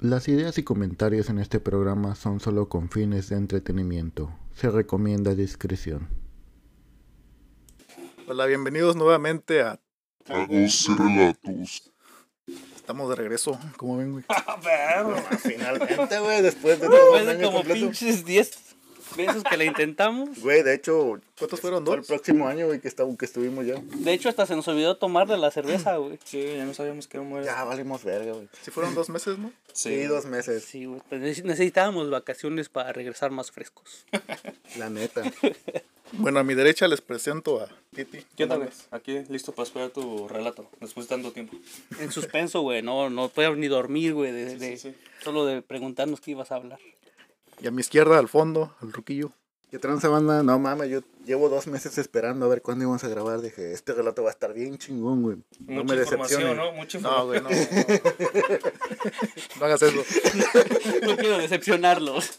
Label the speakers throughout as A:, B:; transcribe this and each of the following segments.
A: Las ideas y comentarios en este programa son solo con fines de entretenimiento. Se recomienda discreción.
B: Hola, bienvenidos nuevamente a
C: Tragos y Relatos.
B: Estamos de regreso. ¿Cómo ven, güey?
D: Finalmente, güey, después de todo
E: Después
D: un
E: de
D: año
E: como
D: completo.
E: pinches 10 veces que le intentamos.
D: Güey, de hecho,
B: ¿Cuántos fueron
D: fue el
B: dos?
D: próximo año, güey, que, está- que estuvimos ya.
E: De hecho, hasta se nos olvidó tomar de la cerveza, güey.
F: Sí, ya no sabíamos que era.
D: Ya valimos verga, güey.
B: Sí, fueron dos meses, ¿no?
D: Sí, dos meses,
E: Sí, güey. pues neces- Necesitábamos vacaciones para regresar más frescos.
D: la neta.
B: Bueno, a mi derecha les presento a Titi.
F: ¿Qué tal, güey? Aquí, listo para esperar tu relato, después de tanto tiempo.
E: En suspenso, güey. No, no podíamos ni dormir, güey. de- de-
F: sí, sí.
E: Solo de preguntarnos qué ibas a hablar.
B: Y a mi izquierda, al fondo, al ruquillo.
D: ¿Qué tranza, banda? No mames, yo llevo dos meses esperando a ver cuándo íbamos a grabar. Dije, este relato va a estar bien chingón, güey. No me
F: Mucha
D: decepciones.
F: información, ¿no? Mucha
B: No,
F: información.
B: güey, no. No hagas eso.
E: No quiero decepcionarlos.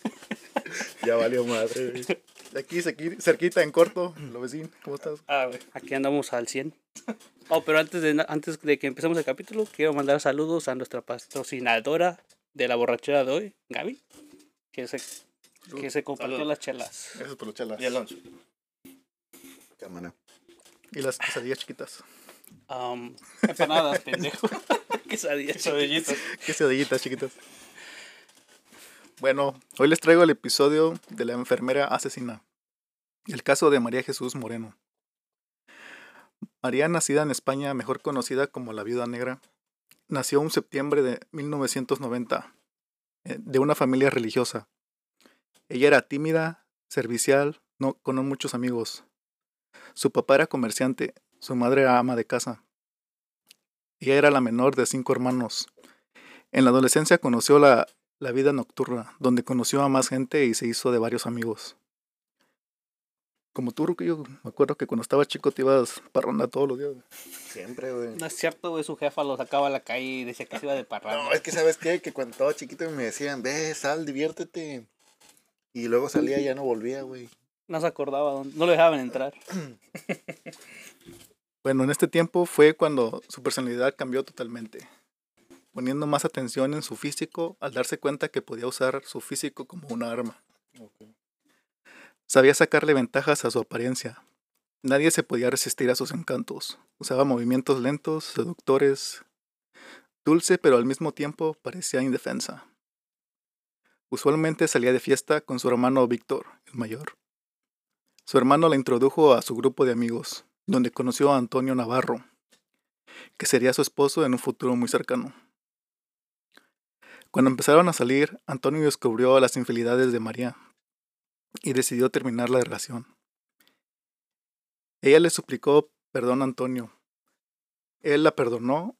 D: Ya valió madre, güey.
B: De Aquí, cerqui- cerquita, en corto, lo vecino. ¿Cómo estás?
F: Ah, güey.
E: Aquí andamos al 100. Oh, pero antes de, na- antes de que empecemos el capítulo, quiero mandar saludos a nuestra patrocinadora de la borrachera de hoy, Gaby, que se, que se compartió
F: Saludos.
E: las chelas.
B: Gracias por los chelas.
F: Y el lunch.
D: Cámara.
B: Y las quesadillas chiquitas.
E: Um, empanadas, pendejo. Quesadillas.
F: Chabellitos.
B: Quesadillitas chiquitas. Bueno, hoy les traigo el episodio de la enfermera asesina. El caso de María Jesús Moreno. María, nacida en España, mejor conocida como la Viuda Negra, nació un septiembre de 1990 eh, de una familia religiosa. Ella era tímida, servicial, no con muchos amigos. Su papá era comerciante, su madre era ama de casa. Ella era la menor de cinco hermanos. En la adolescencia conoció la, la vida nocturna, donde conoció a más gente y se hizo de varios amigos. Como tú, Ruquillo, me acuerdo que cuando estaba chico te ibas parranda todos los días.
D: Siempre, güey.
E: No es cierto, güey, su jefa lo sacaba a la calle y decía que se iba de parranda.
D: No, es que sabes qué, que cuando estaba chiquito me decían, ve, sal, diviértete. Y luego salía y ya no volvía, güey.
E: No se acordaba, dónde- no lo dejaban entrar.
B: Bueno, en este tiempo fue cuando su personalidad cambió totalmente, poniendo más atención en su físico al darse cuenta que podía usar su físico como una arma. Sabía sacarle ventajas a su apariencia. Nadie se podía resistir a sus encantos. Usaba movimientos lentos, seductores, dulce, pero al mismo tiempo parecía indefensa. Usualmente salía de fiesta con su hermano Víctor, el mayor. Su hermano la introdujo a su grupo de amigos, donde conoció a Antonio Navarro, que sería su esposo en un futuro muy cercano. Cuando empezaron a salir, Antonio descubrió las infidelidades de María y decidió terminar la relación. Ella le suplicó perdón a Antonio. Él la perdonó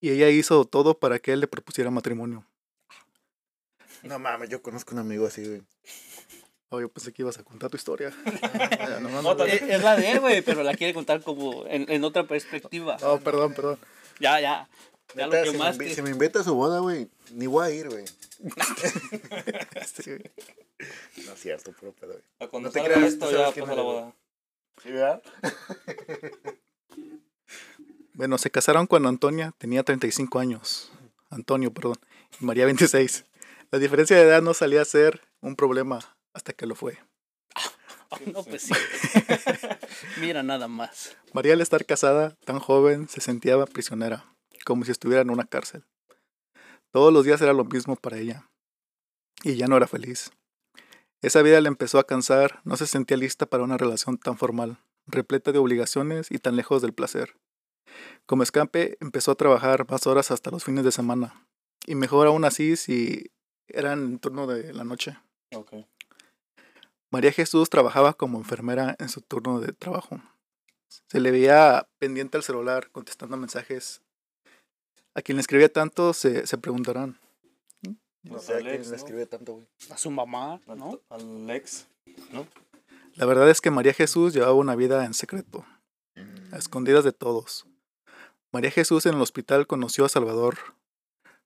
B: y ella hizo todo para que él le propusiera matrimonio.
D: No mames, yo conozco un amigo así, güey.
B: Oh, yo pensé que ibas a contar tu historia. no, no, no,
E: Eh, Es, la de él, güey, pero la quiere contar como en, en otra perspectiva.
B: no, perdón, perdón.
E: Ya, ya. Ya lo
D: Neta, si, me
E: quemaste.
D: invi- si me invita a su boda, güey, ni voy a ir, güey.
B: Sí.
D: No es cierto, pero pedo, güey.
F: A Cuando
D: No te
F: salga
D: creas,
F: esto
D: tú
F: ya
D: sabes quién
F: pasa la
D: eres,
F: boda.
D: ¿Sí, verdad?
B: Bueno, se casaron cuando Antonia tenía 35 años. Antonio, perdón. Y María 26. La diferencia de edad no salía a ser un problema hasta que lo fue.
E: Ah, no, pues sí. Mira nada más.
B: María al estar casada, tan joven, se sentía prisionera, como si estuviera en una cárcel. Todos los días era lo mismo para ella. Y ya no era feliz. Esa vida le empezó a cansar, no se sentía lista para una relación tan formal, repleta de obligaciones y tan lejos del placer. Como escape, empezó a trabajar más horas hasta los fines de semana. Y mejor aún así si eran en turno de la noche.
F: Ok.
B: María Jesús trabajaba como enfermera en su turno de trabajo. Se le veía pendiente al celular contestando mensajes. A quien le escribía tanto se, se preguntarán.
D: No
F: Pues
D: sé a
F: Alex,
D: quién le
F: ¿no?
D: escribe tanto, güey.
E: A su mamá, ¿no?
F: Alex.
B: La verdad es que María Jesús llevaba una vida en secreto, a escondidas de todos. María Jesús en el hospital conoció a Salvador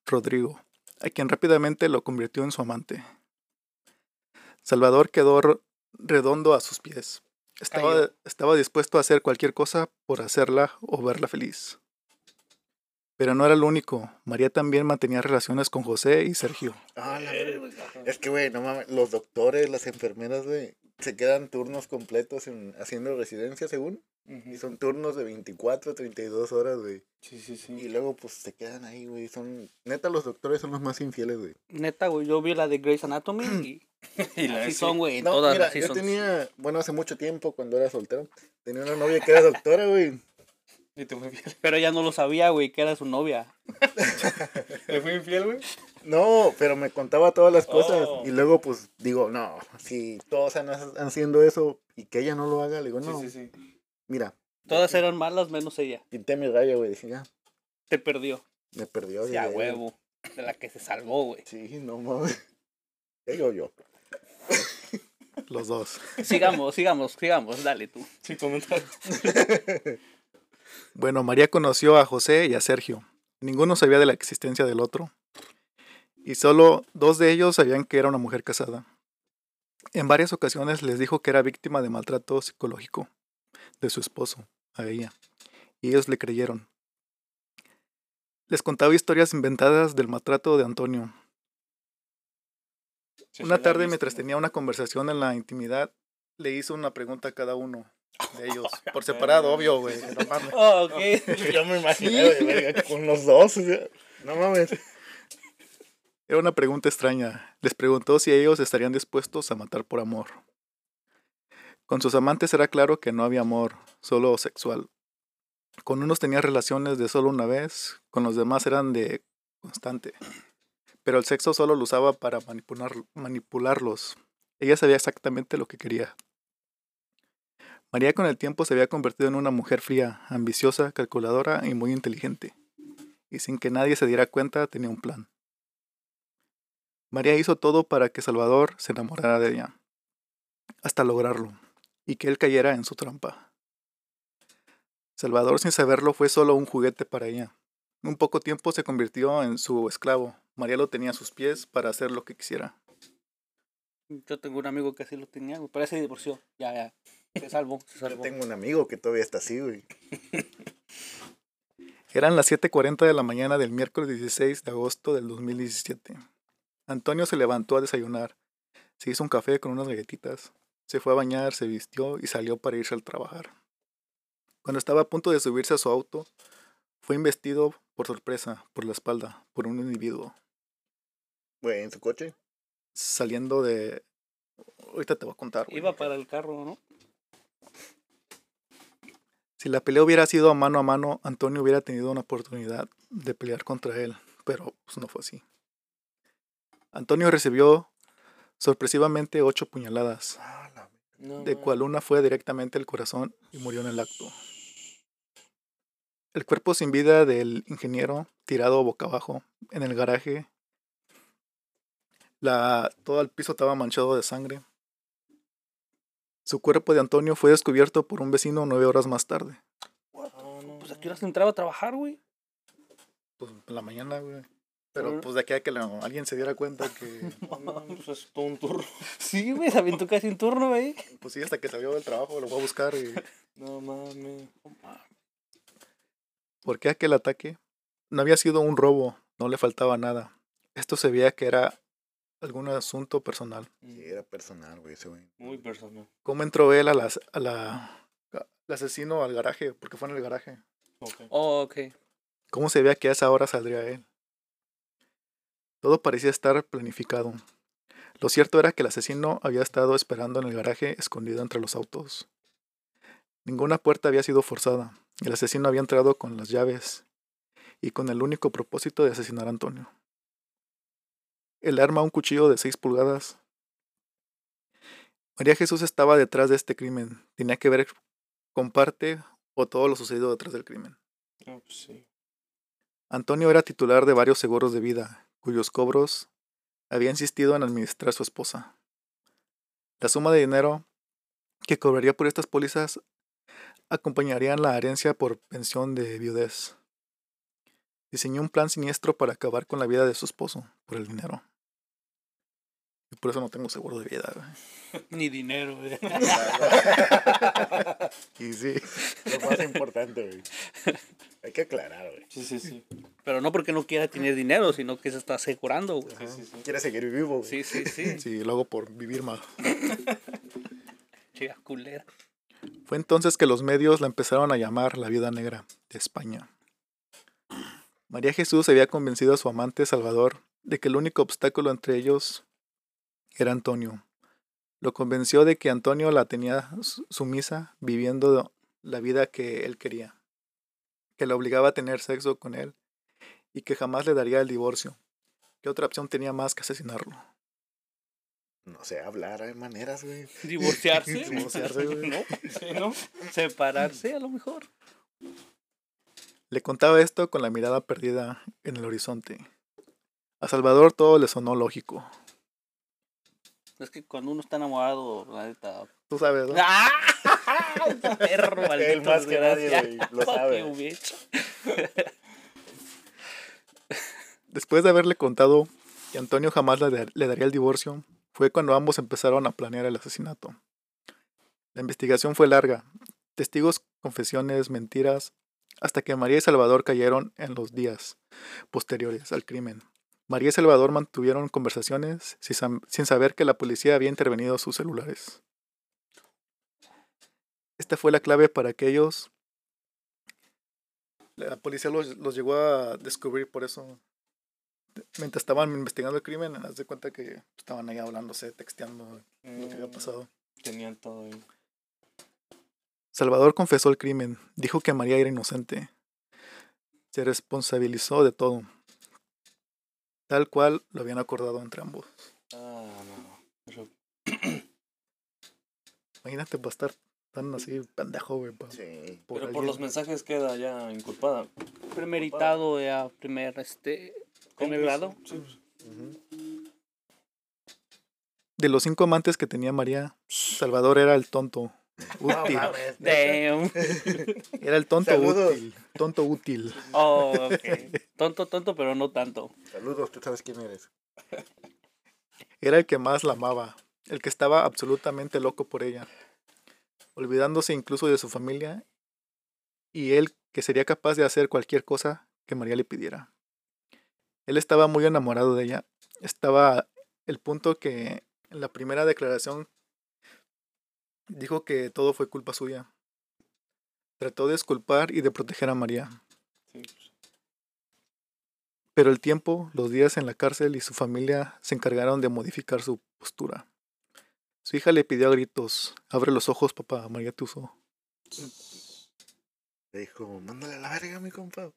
B: Rodrigo, a quien rápidamente lo convirtió en su amante. Salvador quedó r- redondo a sus pies. Estaba,
E: Cayó.
B: estaba dispuesto a hacer cualquier cosa por hacerla o verla feliz. Pero no era el único. María también mantenía relaciones con José y Sergio.
D: Ah, la
F: Eh.
D: verga. Es que, güey, no mames, los doctores, las enfermeras, güey, se quedan turnos completos en, haciendo residencia, según. Y son turnos de 24, 32 horas, güey.
F: Sí, sí,
D: Y
F: sí.
D: luego, pues, se quedan ahí, güey. Son, neta, los doctores son los más infieles, güey.
E: Neta, güey, yo vi la de Grey's Anatomy y,
F: Y la
E: así
F: sí.
E: son, güey, en
D: No,
E: todas
D: mira,
E: así
D: yo
E: son.
D: tenía, bueno, hace mucho tiempo, cuando era soltero, tenía una novia que era doctora, güey.
F: Y te fue infiel.
E: Pero ella no lo sabía, güey, que era su novia.
F: ¿Te fue infiel, güey?
D: No, pero me contaba todas las cosas.
F: Oh.
D: Y luego, pues, digo, no, si todos están haciendo eso y que ella no lo haga, le digo, no,
F: Sí, sí, sí.
D: mira,
E: Todas eran malas menos ella.
D: pinté mi raya, güey. Dije, ya,
E: Te perdió.
D: me perdió.
E: Ya,
D: güey.
E: huevo. De la que se salvó, güey.
D: Sí, no mames. Ya yo, yo.
B: Los dos.
E: Sigamos, sigamos, sigamos. Dale tú.
F: Sí, comentar.
B: Bueno, María conoció a José y a Sergio. Ninguno sabía de la existencia del otro. Y solo dos de ellos sabían que era una mujer casada. En varias ocasiones les dijo que era víctima de maltrato psicológico de su esposo, a ella. Y ellos le creyeron. Les contaba historias inventadas del maltrato de Antonio,
F: Sí,
B: Una
F: sí, la
B: tarde,
F: viste,
B: mientras
F: ¿no?
B: tenía una conversación en la intimidad, le hizo una pregunta a cada uno de ellos.
F: Oh,
B: Por separado, obvio, güey. no mames.
E: Oh, ok.
D: Yo me imaginé, güey, verga, con los dos. o sea, no mames.
B: Era una pregunta extraña. Les preguntó si ellos estarían dispuestos a matar por amor. Con sus amantes era claro que no había amor, solo sexual. Con unos tenía relaciones de solo una vez, con los demás eran de constante. Pero el sexo solo lo usaba para manipular, manipularlos. Ella sabía exactamente lo que quería. María con el tiempo se había convertido en una mujer fría, ambiciosa, calculadora y muy inteligente. Y sin que nadie se diera cuenta tenía un plan. María hizo todo para que Salvador se enamorara de ella, hasta lograrlo, y que él cayera en su trampa. Salvador, sin saberlo, fue solo un juguete para ella. Un poco tiempo se convirtió en su esclavo. María lo tenía a sus pies para hacer lo que quisiera.
E: Yo tengo un amigo que así lo tenía, güey. Pero ese divorció. Ya, ya. Se salvó, se
D: Yo
E: salvó.
D: tengo un amigo que todavía está así, güey.
B: Eran las 7.40 de la mañana del miércoles 16 de agosto del 2017. Antonio se levantó a desayunar, se hizo un café con unas galletitas, se fue a bañar, se vistió y salió para irse al trabajar. Cuando estaba a punto de subirse a su auto, fue investido por sorpresa, por la espalda, por un individuo,
D: Güey, en su coche.
B: saliendo de... Ahorita te voy a contar. güey.
E: Iba para el carro, ¿no?
B: Si la pelea hubiera sido a mano a mano, Antonio hubiera tenido una oportunidad de pelear contra él, pero pues, no fue así. Antonio recibió sorpresivamente ocho puñaladas,
D: Ah, la verga.
F: No,
B: de
F: ma-
B: cual una fue directamente al corazón y murió en el acto. El cuerpo sin vida del ingeniero, tirado boca abajo en el garaje, la, todo el piso estaba manchado de sangre. Su cuerpo de Antonio fue descubierto por un vecino nueve horas más tarde.
D: Ah,
F: No, no,
E: Pues
F: no.
E: aquí horas entraba a trabajar, güey.
B: pues en la mañana, güey.
E: Pero-
B: Pero pues de aquí a que la- alguien se diera cuenta que,
F: No, pues es todo un turno.
E: Sí, güey, se aventó casi un turno, güey.
B: pues sí, hasta que salió del trabajo lo voy a buscar. Y...
F: No mames.
B: ¿Por qué aquel ataque? No había sido un robo, no le faltaba nada. Esto se veía que era algún asunto personal.
D: Sí, era personal, güey, ese güey.
F: Muy personal.
B: ¿Cómo entró él a la, a la, al asesino al garaje? Porque fue en el garaje.
F: Ok.
E: Oh, ok.
B: ¿Cómo se veía que a esa hora saldría él? Todo parecía estar planificado. Lo cierto era que el asesino había estado esperando en el garaje escondido entre los autos. Ninguna puerta había sido forzada. El asesino había entrado con las llaves y con el único propósito de asesinar a Antonio. El arma, un cuchillo de 6 pulgadas. María Jesús estaba detrás de este crimen. Tenía que ver con parte o todo lo sucedido detrás del crimen.
F: No, pues sí.
B: Antonio era titular de varios seguros de vida, cuyos cobros había insistido en administrar su esposa. La suma de dinero que cobraría por estas pólizas acompañarían la herencia por pensión de viudez. Diseñó un plan siniestro para acabar con la vida de su esposo por el dinero. Y Por eso no tengo seguro de vida, güey.
E: Ni dinero, güey.
B: Y sí,
D: Lo más importante, güey. Hay que aclarar, güey.
F: Sí, sí, sí.
E: Pero no porque no quiera tener dinero, sino que se está asegurando, güey.
F: sí, sí, sí.
D: Quiere seguir vivo, güey.
E: Sí, sí, sí.
B: sí, lo hago por vivir más.
E: Chica culera.
B: Fue entonces que los medios la empezaron a llamar la viuda negra de España. María Jesús había convencido a su amante Salvador de que el único obstáculo entre ellos era Antonio. Lo convenció de que Antonio la tenía su- sumisa viviendo la vida que él quería, que la obligaba a tener sexo con él y que jamás le daría el divorcio. ¿Qué otra opción tenía más que asesinarlo?
D: No sé hablar, hay maneras, güey.
E: ¿Divorciarse?
B: Divorciarse, güey.
E: ¿No? ¿No? ¿Separarse a lo mejor?
B: Le contaba esto con la mirada perdida en el horizonte. A Salvador todo le sonó lógico.
E: Es que cuando uno está enamorado, la neta.
B: Tú sabes, ¿no?
E: ¡Ah! Perro, maldito.
D: Él más que nadie,
E: desgraciado.
D: güey. Lo
E: Fuck
D: sabe.
E: you, bitch.
B: Después de haberle contado que Antonio jamás le, dar- le daría el divorcio, fue cuando ambos empezaron a planear el asesinato. La investigación fue larga, testigos, confesiones, mentiras, hasta que María y Salvador cayeron en los días posteriores al crimen. María y Salvador mantuvieron conversaciones sin sam- sin saber que la policía había intervenido sus celulares. Esta fue la clave para que ellos... La policía los, los llegó a descubrir por eso mientras estaban investigando el crimen, haz de cuenta que estaban ahí hablándose, texteando lo que había
F: Mm.
B: pasado.
F: Tenían todo ahí.
B: Salvador confesó el crimen, dijo que María era inocente. Se responsabilizó de todo, tal cual lo habían acordado entre ambos.
F: Ah, no. Pero
B: Imagínate para estar tan así pendejo, güey. pa-
D: Sí.
F: Pero por
B: alguien.
F: los mensajes queda ya inculpada.
E: Premeditado ya, primer, este. Primer
F: Cómplice.
E: grado.
F: Sí.
B: De los cinco amantes que tenía María, Salvador era el tonto. Útil.
E: Damn.
B: Era el tonto
D: Saludos.
B: útil. Tonto útil.
E: Oh, ok. Tonto, tonto, pero no tanto.
D: Saludos, tú sabes quién eres.
B: Era el que más la amaba, el que estaba absolutamente loco por ella, olvidándose incluso de su familia y él que sería capaz de hacer cualquier cosa que María le pidiera. Él estaba muy enamorado de ella, estaba el punto que en la primera declaración dijo que todo fue culpa suya. Trató de disculpar y de proteger a María.
F: Sí.
B: Pero el tiempo, los días en la cárcel y su familia se encargaron de modificar su postura. Su hija le pidió a gritos, abre los ojos, papá, María te usó.
D: Le dijo, mándale a la verga, mi compa.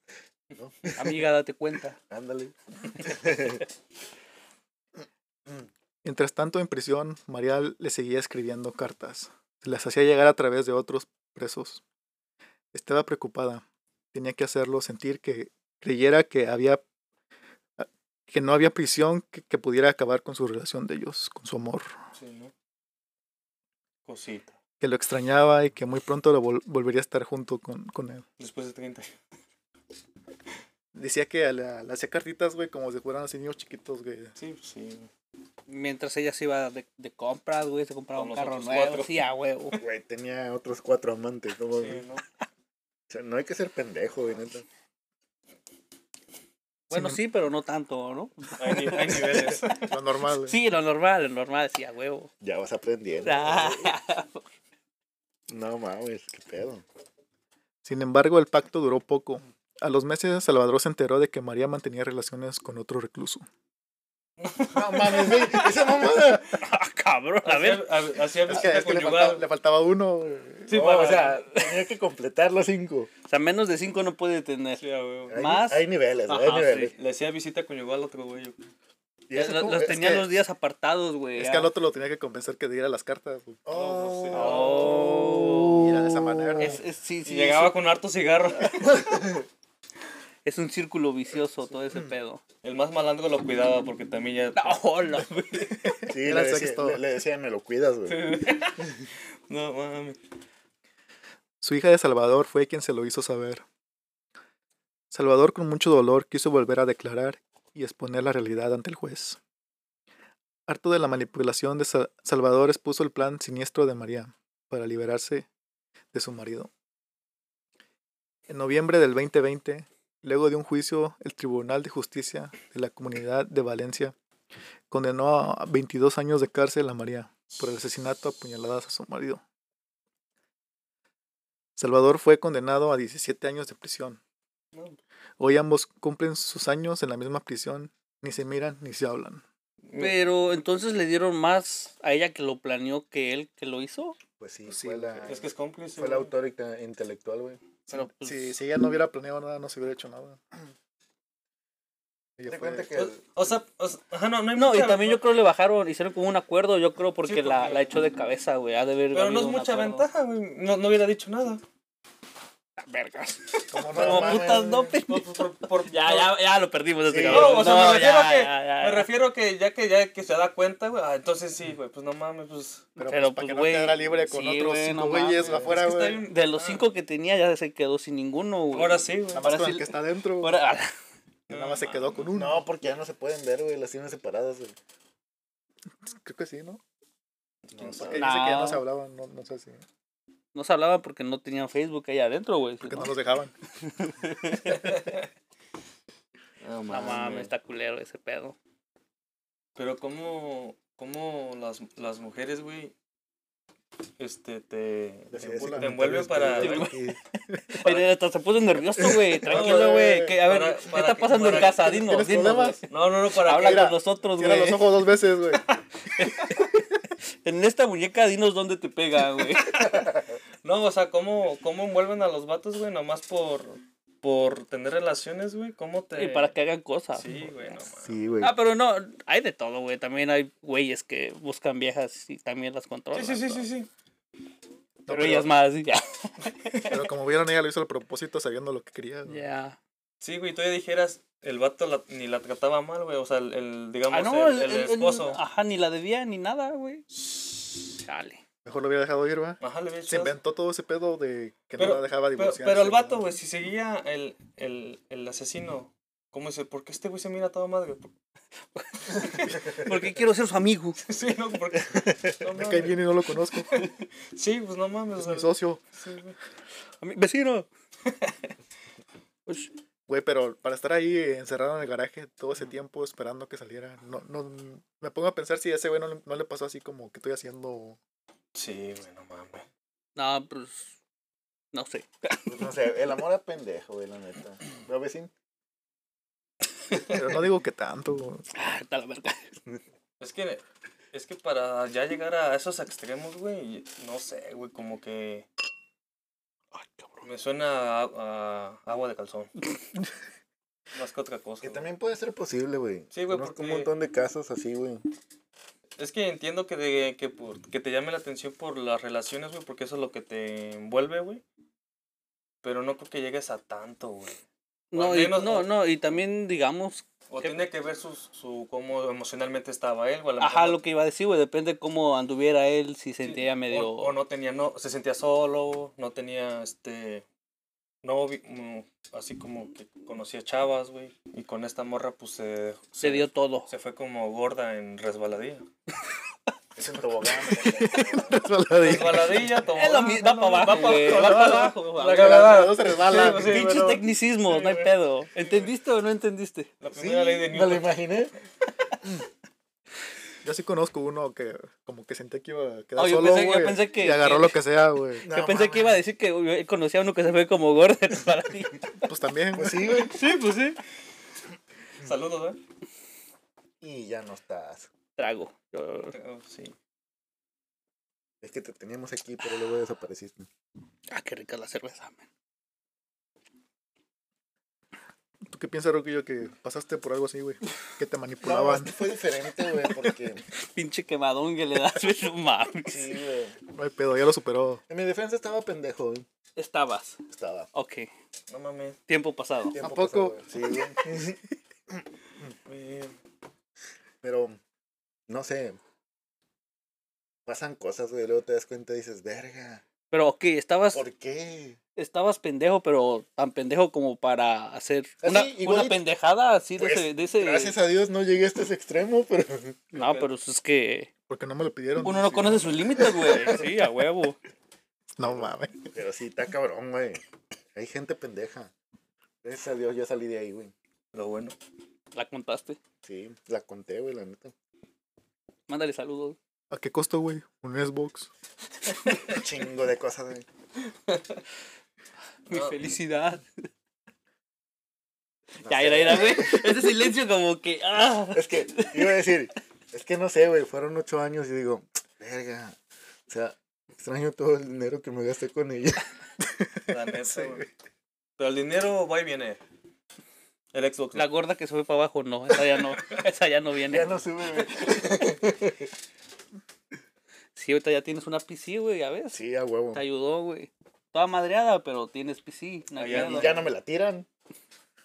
D: No,
E: Amiga, date cuenta.
D: ándale.
B: Mientras tanto, en prisión, María le seguía escribiendo cartas. Se las hacía llegar a través de otros presos. Estaba preocupada. Tenía que hacerlo sentir que creyera que había ah, que no había prisión que, que pudiera acabar con su relación de ellos, con su amor,
F: Sí, ¿no? Cosita.
B: que lo extrañaba y que muy pronto lo vol- volvería a estar junto con, con él.
F: Después de 30.
B: Decía que a la- le hacía cartitas, güey, como si fueran así niños chiquitos, güey.
F: Sí, pues sí.
E: Mientras ella se iba de, de compras, güey, se compraba
F: Con
E: un carro
F: nosotros
E: nuevo.
F: cuatro.
E: Sí, a huevo.
D: Güey, tenía otros cuatro amantes. No, mames.
F: Sí, ¿no?
D: O sea, no hay que ser pendejo, güey, neta.
E: Bueno, sí, pero no tanto, ¿no?
F: Hay, ni- hay niveles.
B: Lo normal, güey.
E: Sí, lo normal, lo normal, sí, a huevo. Ah,
D: Ya vas aprendiendo. No mames, qué pedo.
B: Sin embargo, el pacto duró poco. A los meses, Salvador se enteró de que María mantenía relaciones con otro recluso.
D: No mames, güey, esa mamada.
E: Ah, cabrón, a
F: Hacía-
E: ver.
F: hacía- Hacía
D: Es
F: visita conyugal.
B: faltaba uno. güey.
F: Sí,
D: No,
F: para-
D: o sea, tenía que completar los cinco.
E: O sea, menos de cinco no puede tener.
F: Sí, a huevo.
D: Hay,
E: Más.
D: Hay niveles, güey,
E: Ajá,
D: hay niveles.
F: Le hacía visita conyugal al otro güey.
D: Y eso
E: Lo-
D: como-
E: los
D: es
E: tenía
D: que-
E: los días apartados, güey. ah.
B: Es que al otro lo tenía que compensar que diera las cartas. güey.
D: Oh,
E: Oh.
B: Y era de esa manera.
E: Es, es- sí,
F: Y
E: sí,
F: llegaba con harto cigarro.
E: es un círculo vicioso todo ese pedo.
F: El más malandro lo cuidaba porque también ya.
E: No, la-
D: Sí,
B: Era
D: le decía,
B: sexto.
D: le, le decía, me lo cuidas, güey.
F: No, mami.
B: Su hija de Salvador fue quien se lo hizo saber. Salvador con mucho dolor quiso volver a declarar y exponer la realidad ante el juez. Harto de la manipulación de Sa- Salvador expuso el plan siniestro de María para liberarse de su marido. En noviembre del 2020, luego de un juicio, el Tribunal de Justicia de la Comunidad de Valencia condenó a 22 años de cárcel a María por el asesinato a puñaladas a su marido. Salvador fue condenado a 17 años de prisión. Hoy ambos cumplen sus años en la misma prisión, ni se miran ni se hablan.
F: Mm.
E: Pero entonces le dieron más a ella que lo planeó que él que lo hizo.
D: Pues sí,
B: Sí,
D: fue, la,
B: güey.
F: Es que es cómplice.
D: fue la
F: güey.
D: autor inte- intelectual, güey.
E: Pero pues,
B: Si, si ella no hubiera planeado nada, no se hubiera hecho nada. Ella
D: Te
B: fue-
D: cuenta que el-
F: O, o sea, o sea, ajá, no, no hay
E: No, y
F: mucha-
E: también yo creo le bajaron, hicieron como un acuerdo, yo creo, porque,
F: Sí,
E: la,
F: porque-
E: la echó de cabeza, güey. Ha de haber
F: Pero
E: habido
F: no es
E: un
F: mucha
E: acuerdo. Ah,
F: ventaja, güey. No, no hubiera dicho nada.
E: Vergas.
D: como no,
E: No,
D: mames,
E: putas, no,
D: güey.
E: pendejo.
F: Por- por- por-
E: Ya, ya, ya lo perdimos este
D: Sí.
E: cabrón.
F: No, o sea,
E: No,
F: me refiero
E: ya,
F: a que.
E: ya, ya,
F: Me
E: ya.
F: refiero que ya que ya que se da cuenta, güey. Ah, entonces sí, güey. Pues no mames, pues.
B: Pero,
E: Pero,
B: pues, para
E: pues,
B: que no
E: güey,
B: quedara libre con
E: sí,
B: otros
E: güey,
B: cinco
E: no
B: güeyes
E: mames.
B: afuera,
F: Es que está
B: güey.
F: bien-
E: De los cinco que tenía ya se quedó sin ninguno, güey.
F: Ah.
E: ah,
F: Ahora sí, güey.
B: Nada más
E: ahora
B: con
E: sí
B: el
E: le-
B: que está adentro.
E: Ahora-
B: Nada más se quedó con uno.
D: No, porque ya no se pueden ver, güey, las tienen separadas, güey.
B: Creo que sí, ¿no?
D: No,
B: Porque
D: sé.
B: dice que ya no
E: No.
B: se hablaban, no, no sé si.
E: No se hablaban porque no tenían Facebook ahí adentro, güey.
B: Porque
E: No,
B: no los dejaban.
D: No
E: no mames, está culero ese pedo.
F: Pero cómo, cómo las, las mujeres, güey, este, te,
D: Así
F: te
D: es,
F: envuelven
D: comentarios que-
F: para...
E: Pero hasta se puso nervioso, güey. Tranquilo,
D: güey,
E: güey. que- A ver,
F: para-
E: ¿qué
F: para
E: está
F: que-
E: pasando en
F: para-
E: casa? Dinos,
B: ¿Tienes
E: dinos. güey.
B: problemas?
F: No, no, no, para
E: Habla
F: que...
B: Mira,
E: con nosotros,
B: Cierra los
E: güey.
B: ojos dos veces, güey.
E: En esta muñeca, dinos dónde te pega, güey.
F: No, o sea, cómo, cómo envuelven a los vatos, güey, nomás por, por tener relaciones, güey, cómo te...
E: Y para que hagan cosas.
F: Sí, güey, no, mames.
D: Sí, güey.
E: Ah, pero no, hay de todo, güey. También hay güeyes que buscan viejas y también las controlan.
F: Sí, sí, sí,
E: ¿no?
F: sí, sí.
E: Pero,
B: No, pero-
E: ellas más, y ya.
B: Pero como vieron, ella lo hizo al propósito sabiendo lo que quería. güey.
E: Ya.
F: Sí, güey, tú ya dijeras, el vato la- ni la trataba mal, güey, o sea, el, el, digamos,
E: Ah, no,
F: el, el esposo.
E: Ajá, ni la debía ni nada, güey. Chale.
B: Mejor lo hubiera dejado ir, ¿va?
F: Ajá, le había
B: Se
F: echado-
B: inventó todo ese pedo de que no la dejaba
F: pero-
B: divorciar.
F: Pero, el vato, güey, si seguía el, el, el asesino, ¿cómo dice? ¿Por qué este güey se mira toda madre? ¿Por-
E: Porque quiero ser su amigo.
F: Sí, no, porque. No
B: Me cae
F: mames.
B: bien y no lo conozco.
F: Sí, pues no mames. o
B: Es
F: sea,
B: mi socio.
F: sí, güey.
E: A mi vecino. Pues,
B: Güey, pero para estar ahí encerrado en el garaje todo ese tiempo esperando que saliera, no, no, me pongo a pensar si a ese güey no, le- no le pasó así como que estoy haciendo...
F: Sí, güey, no mames.
E: no, pues. No sé.
D: Pues no sé, el amor a pendejo, güey, la neta. ¿No, vecino?
B: Pero no digo que tanto. güey.
E: Ah, está la verga.
F: Es que, es que para ya llegar a esos extremos, güey, no sé, güey, como que. Me suena a, a agua de calzón. Más que otra cosa.
D: Que
F: güey.
D: también puede ser posible, güey.
F: Sí, güey,
D: Conozco un
F: porque-
D: montón de casos así, güey.
F: Es que entiendo que, de- que, por- que te llame la atención por las relaciones, güey, porque eso es lo que te envuelve, güey. Pero no creo que llegues a tanto, güey.
E: No,
F: al
E: y,
F: menos-
E: no, no, y también, digamos,
F: O
E: ¿Qué?
F: tiene que ver su, su cómo emocionalmente estaba él, güey. a lo
E: ajá,
F: mejor
E: lo que iba a decir, güey, depende cómo anduviera él, si
F: Sí,
E: sentía
F: o-
E: medio.
F: O, no tenía, no, se sentía solo, no tenía, este, novio, mm, así como que conocía chavas, güey. Y con esta morra, pues, se...
E: Se dio todo.
F: Se fue como gorda en resbaladilla.
D: Es un tobogán.
F: Resbaladilla, tomó.
E: Es lo mi- va pa' abajo, güey, va pa' abajo, güey.
F: La
E: Las
F: cagada.
B: dos se resbalan.
F: Sí, pues sí,
E: Pinches
F: bueno,
E: tecnicismos,
F: sí,
E: no hay
F: güey.
E: pedo. ¿Entendiste o no entendiste?
F: Pues, La
D: Sí,
F: primera ley de
D: me
F: Newton.
D: lo imaginé.
B: Yo sí conozco uno que como que sentía que iba a quedar
E: Oh, yo
B: solo,
E: pensé- yo
B: güey.
E: pensé que-
B: Y agarró
E: que-
B: lo que sea, güey.
E: Yo pensé que iba a decir que güey, él conocía a uno que se fue como gordo para ti.
B: Pues también.
D: Pues sí, güey.
E: Sí, pues sí.
F: Saludos, ¿eh?
D: Y ya no estás.
E: Trago. Yo-
F: Oh, Sí.
D: Es que te teníamos aquí, pero luego desapareciste.
E: Ah, qué rica la cerveza, man.
B: ¿Tú qué piensas, Roquillo, que pasaste por algo así, güey? Que te
D: No,
B: manipulaban.
D: este fue diferente, güey, porque...
E: Pinche quemadón que le das, güey, no mames.
D: Sí, güey.
B: No hay pedo, ya lo superó.
D: En mi defensa estaba pendejo, güey.
E: Estabas.
D: Estaba.
E: Ok.
F: No mames.
E: Tiempo pasado.
D: Tiempo
B: ¿A poco?
D: pasado, güey. Sí, güey.
F: güey.
D: Pero, no sé. Pasan cosas, güey. Luego te das cuenta y dices, verga,
E: Pero ok, estabas.
D: ¿por qué?
E: estabas pendejo, pero tan pendejo como para hacer
D: Así,
E: una,
D: igual-
E: una pendejada así de
D: Ah, Pues,
E: ese- de ese.
D: Gracias a Dios no llegué a este extremo, pero
E: No, pero es que
B: Porque no me lo pidieron.
E: uno no
B: Sí.
E: conoce sus límites, güey. Sí, a huevo.
B: No mames.
D: pero sí, está cabrón, güey. Hay gente pendeja. Gracias a Dios ya salí de ahí, güey.
F: Lo bueno.
E: La contaste.
D: Sí, la conté, güey, la neta.
E: Mándale saludos.
B: ¿A qué costo, güey? Un Xbox.
D: Un chingo de cosas, güey.
E: Mi
F: No.
E: felicidad.
D: No
E: Ya,
D: sé,
E: era, era, güey. Ese silencio como que. ah.
D: Es que, iba a decir, es que no sé, güey, fueron ocho años y digo, verga, o sea, extraño todo el dinero que me gasté con ella.
F: La neta, güey. Pero el dinero va y viene. El Xbox.
E: La
F: no.
E: gorda que sube para abajo, no. Esa ya no, esa ya no viene.
D: Ya no sube, güey.
E: Sí, ahorita ya tienes una PC, güey, ya ves.
D: Sí, a huevo.
E: Te ayudó, güey. Toda madreada, pero tienes PC. una
F: Ah, ya,
E: mierda.
D: Y ya no me la tiran.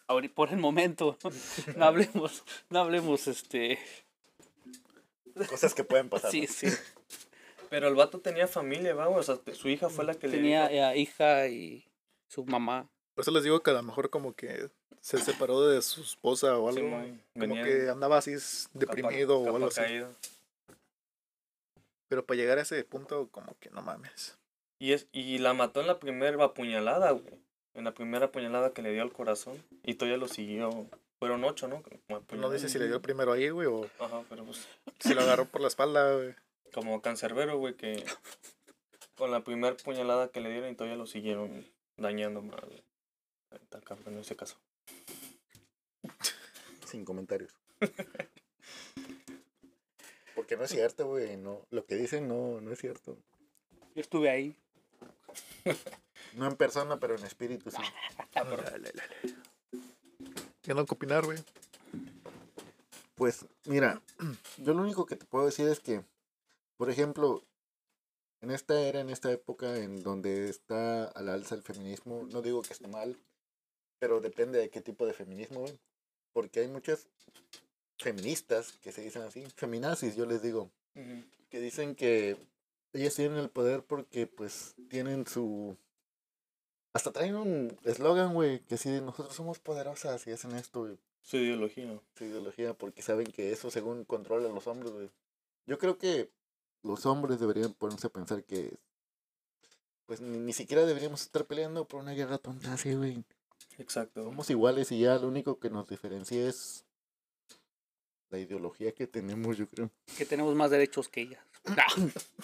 E: Ahori- por el momento. No hablemos, no hablemos, este.
D: Cosas que pueden pasar.
E: Sí,
D: ¿no?
E: sí.
F: Pero el vato tenía familia, va, güey. O sea, su hija fue la que le.
E: Tenía
F: dijo.
E: eh, hija y su mamá.
B: Por eso les digo que a lo mejor como que se separó de su esposa o algo.
F: Simón,
B: como
F: venía
B: que andaba así s-
F: capa-
B: deprimido o
F: capa
B: algo así.
F: caída.
B: Pero para llegar a ese punto, como que no mames.
F: Y, es, y la mató en la primera apuñalada, güey. En la primera apuñalada que le dio al corazón. Y todavía lo siguió. Fueron ocho, ¿no? Como
B: Pues no dice si le
F: Mm.
B: dio el primero ahí, güey, o
F: Ajá, pero pues.
B: si lo agarró por la espalda, güey.
F: Como cancerbero, güey, que. Con la primera puñalada que le dieron y todavía lo siguieron dañando más, güey. Está cabrón en ese caso.
D: Sin comentarios. Porque no es cierto, güey. No, lo que dicen no, no es cierto.
E: Yo estuve ahí.
D: No en persona, pero en espíritu, sí.
B: Ya no que opinar, güey.
D: Pues mira, yo lo único que te puedo decir es que, por ejemplo, en esta era, en esta época en donde está al alza el feminismo, no digo que esté mal, pero depende de qué tipo de feminismo, güey. Porque hay muchas feministas que se dicen así, feminazis, yo les digo, que dicen que ellas tienen el poder porque pues tienen su... Hasta traen un eslogan, güey, que si nosotros somos poderosas y hacen esto, güey
F: Su ideología.
D: su ideología porque saben que eso según controla a los hombres, güey. Yo creo que los hombres deberían ponerse a pensar que pues ni, ni siquiera deberíamos estar peleando por una guerra tonta así, güey.
F: Exacto.
D: Somos iguales y ya lo único que nos diferencia es la ideología que tenemos, yo creo.
E: Que tenemos más derechos que ella.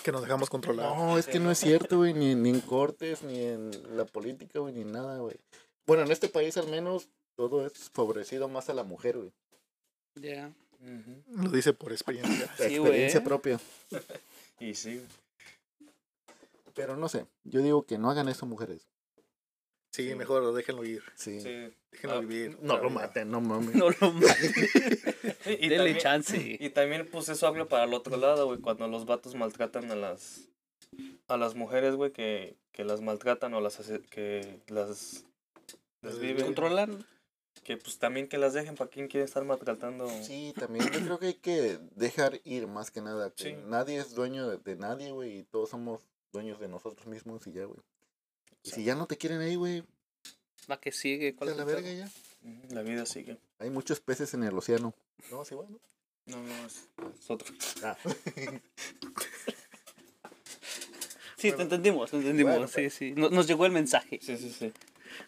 B: Que nos dejamos controlar.
D: No, es que no es cierto, güey, ni, ni en cortes, ni en la política, güey, ni en nada, güey. Bueno, en este país al menos todo es favorecido más a la mujer, güey.
E: Ya.
F: Ujú.
B: Lo dice por experiencia.
D: La
E: Sí, güey.
D: experiencia propia.
F: Y sí, güey.
D: Pero no sé, yo digo que no hagan eso mujeres.
B: Sí,
F: Sí.
B: mejor déjenlo ir.
D: Sí.
F: Sí.
B: Déjenlo
F: Ah,
B: vivir.
D: No
B: La
D: lo
B: vida.
D: maten, no mames.
E: No lo mates.
F: Sí, y
E: Dele
F: también-
E: chance.
F: Y también, pues, eso habla para el otro lado, güey, cuando los vatos maltratan a las, a las mujeres, güey, que, que las maltratan o las hace- que las desviven.
E: Controlan.
F: Que, pues, también que las dejen, ¿para quién quiere estar maltratando?
D: Sí, también yo creo que hay que dejar ir más que nada. que
F: Sí.
D: Nadie es dueño de, de nadie, güey, y todos somos dueños de nosotros mismos y ya, güey. Y si ya no te quieren ahí, güey,
E: La que sigue.
D: a
E: ¿cuál es
D: la
E: el
D: verga
E: pedo?
D: ya.
F: Ujú, La vida sigue.
D: Hay muchos peces en el océano. No, sí, bueno.
F: No, no, es, es otro.
D: Ah,
E: Sí, te entendimos, te entendimos.
D: Bueno,
E: sí, sí. No- Nos, llegó el mensaje.
F: Sí, sí, sí.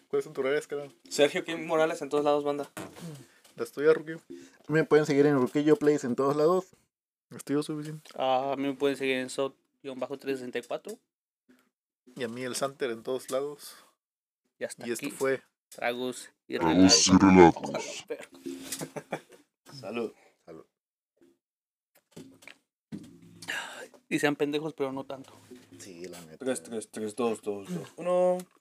B: ¿Cuáles son tus redes, carnal?
F: Sergio Kim Morales en todos lados, banda.
B: Las tuyas, Rubio.
D: me pueden seguir en Ruquillo Place en todos lados.
B: Las tuyas, Rubio.
E: Ah, a mí me pueden seguir en SOT-364.
B: Y a mí el Santer en todos lados.
E: Ya está.
B: Y esto
E: aquí.
B: fue.
E: Tragos y
C: Tragos y
E: relatos.
C: relatos.
F: Salud.
E: Y sean pendejos, pero no tanto.
D: Sí, la neta.
F: 3, 3, 3, 2, 2, 2, 1.